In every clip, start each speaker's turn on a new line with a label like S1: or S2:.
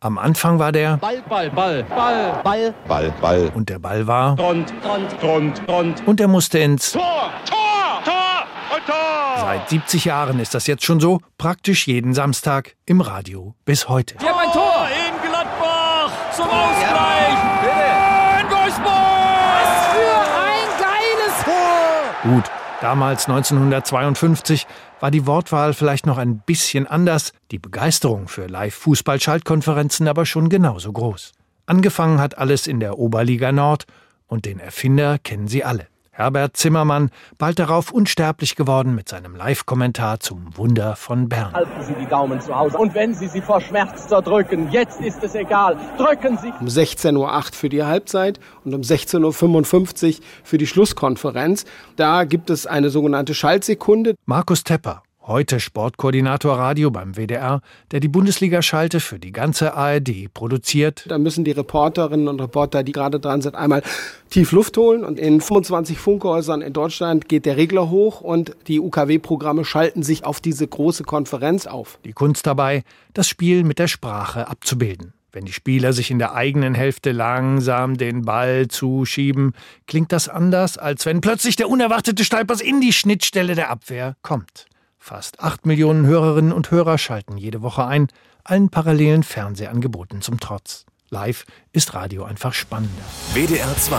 S1: Am Anfang war der
S2: Ball, Ball, Ball, Ball, Ball,
S3: Ball, Ball.
S1: und der Ball war
S2: Grund, Grund, Grund, Grund.
S1: und er musste ins.
S2: Tor, Tor, Tor und Tor.
S1: Seit 70 Jahren ist das jetzt schon so, praktisch jeden Samstag im Radio bis heute.
S2: Wir haben ein Tor Oh, in Gladbach zum Ausgleich. Bitte. Was für ein geiles Tor.
S1: Gut, damals 1952 war die Wortwahl vielleicht noch ein bisschen anders, die Begeisterung für Live-Fußball-Schaltkonferenzen aber schon genauso groß. Angefangen hat alles in der Oberliga Nord und den Erfinder kennen Sie alle. Herbert Zimmermann, bald darauf unsterblich geworden mit seinem Live-Kommentar zum Wunder von Bern.
S4: Halten Sie die Daumen zu Hause. Und wenn Sie sie vor Schmerz zerdrücken, jetzt ist es egal. Drücken Sie.
S5: um 16.08 Uhr für die Halbzeit und um 16.55 Uhr für die Schlusskonferenz. Da gibt es eine sogenannte Schaltsekunde.
S1: Markus Tepper, heute Sportkoordinator Radio beim WDR, der die Bundesliga-Schalte für die ganze ARD produziert.
S5: Da müssen die Reporterinnen und Reporter, die gerade dran sind, einmal tief Luft holen. Und in 25 Funkhäusern in Deutschland geht der Regler hoch und die UKW-Programme schalten sich auf diese große Konferenz auf.
S1: Die Kunst dabei, das Spiel mit der Sprache abzubilden. Wenn die Spieler sich in der eigenen Hälfte langsam den Ball zuschieben, klingt das anders, als wenn plötzlich der unerwartete Steilpass in die Schnittstelle der Abwehr kommt. Fast acht Millionen Hörerinnen und Hörer schalten jede Woche ein, allen parallelen Fernsehangeboten zum Trotz. Live ist Radio einfach spannender.
S6: WDR 2.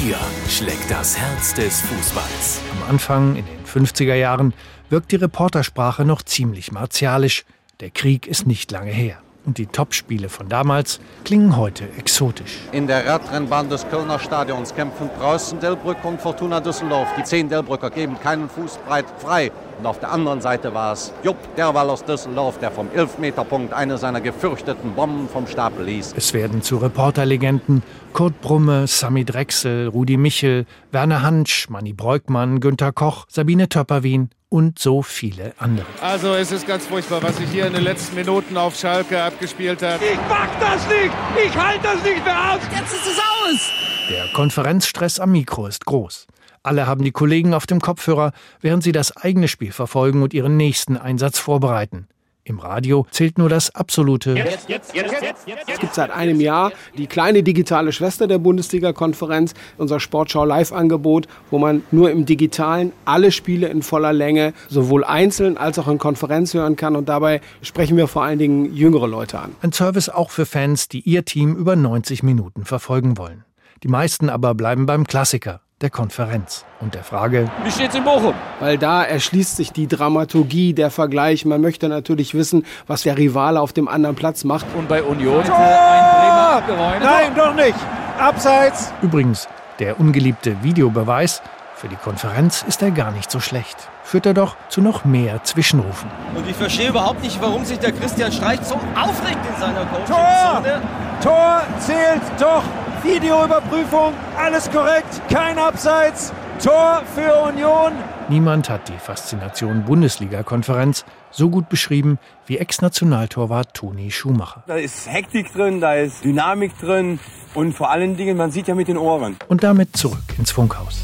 S6: Hier schlägt das Herz des Fußballs.
S1: Am Anfang, in den 50er Jahren, wirkt die Reportersprache noch ziemlich martialisch. Der Krieg ist nicht lange her. Und die Topspiele von damals klingen heute exotisch.
S7: In der Radrennbahn des Kölner Stadions kämpfen Preußen Delbrück und Fortuna Düsseldorf. Die zehn Delbrücker geben keinen Fuß breit frei. Und auf der anderen Seite war es Jupp Derwall aus Düsseldorf, der vom Elfmeterpunkt eine seiner gefürchteten Bomben vom Stapel ließ.
S1: Es werden zu Reporterlegenden Kurt Brumme, Sami Drechsel, Rudi Michel, Werner Hansch, Manni Breukmann, Günter Koch, Sabine Töpperwien und so viele andere.
S8: Also es ist ganz furchtbar, was sich hier in den letzten Minuten auf Schalke abgespielt hat.
S1: Der Konferenzstress am Mikro ist groß. Alle haben die Kollegen auf dem Kopfhörer, während sie das eigene Spiel verfolgen und ihren nächsten Einsatz vorbereiten. Im Radio zählt nur das absolute.
S5: Es gibt seit einem Jahr die kleine digitale Schwester der Bundesliga-Konferenz, unser Sportschau Live-Angebot, wo man nur im Digitalen alle Spiele in voller Länge sowohl einzeln als auch in Konferenz hören kann. Und dabei sprechen wir vor allen Dingen jüngere Leute an.
S1: Ein Service auch für Fans, die ihr Team über 90 Minuten verfolgen wollen. Die meisten aber bleiben beim Klassiker, der Konferenz und der Frage,
S2: Wie steht's in Bochum?
S5: Weil da erschließt sich die Dramaturgie, der Vergleich. Man möchte natürlich wissen, was der Rivale auf dem anderen Platz macht.
S2: Und bei Union. Tor! Nein, doch nicht. Abseits.
S1: übrigens, der ungeliebte Videobeweis, für die Konferenz ist er gar nicht so schlecht. Führt er doch zu noch mehr Zwischenrufen.
S9: Und ich verstehe überhaupt nicht, warum sich der Christian Streich so aufregt in seiner Coaching-Zone.
S2: Tor zählt doch. Videoüberprüfung. Alles korrekt. Kein Abseits. Tor für Union.
S1: Niemand hat die Faszination Bundesliga-Konferenz so gut beschrieben wie Ex-Nationaltorwart Toni Schumacher.
S10: Da ist Hektik drin, da ist Dynamik drin und vor allen Dingen, man sieht ja mit den Ohren.
S1: Und damit zurück ins Funkhaus.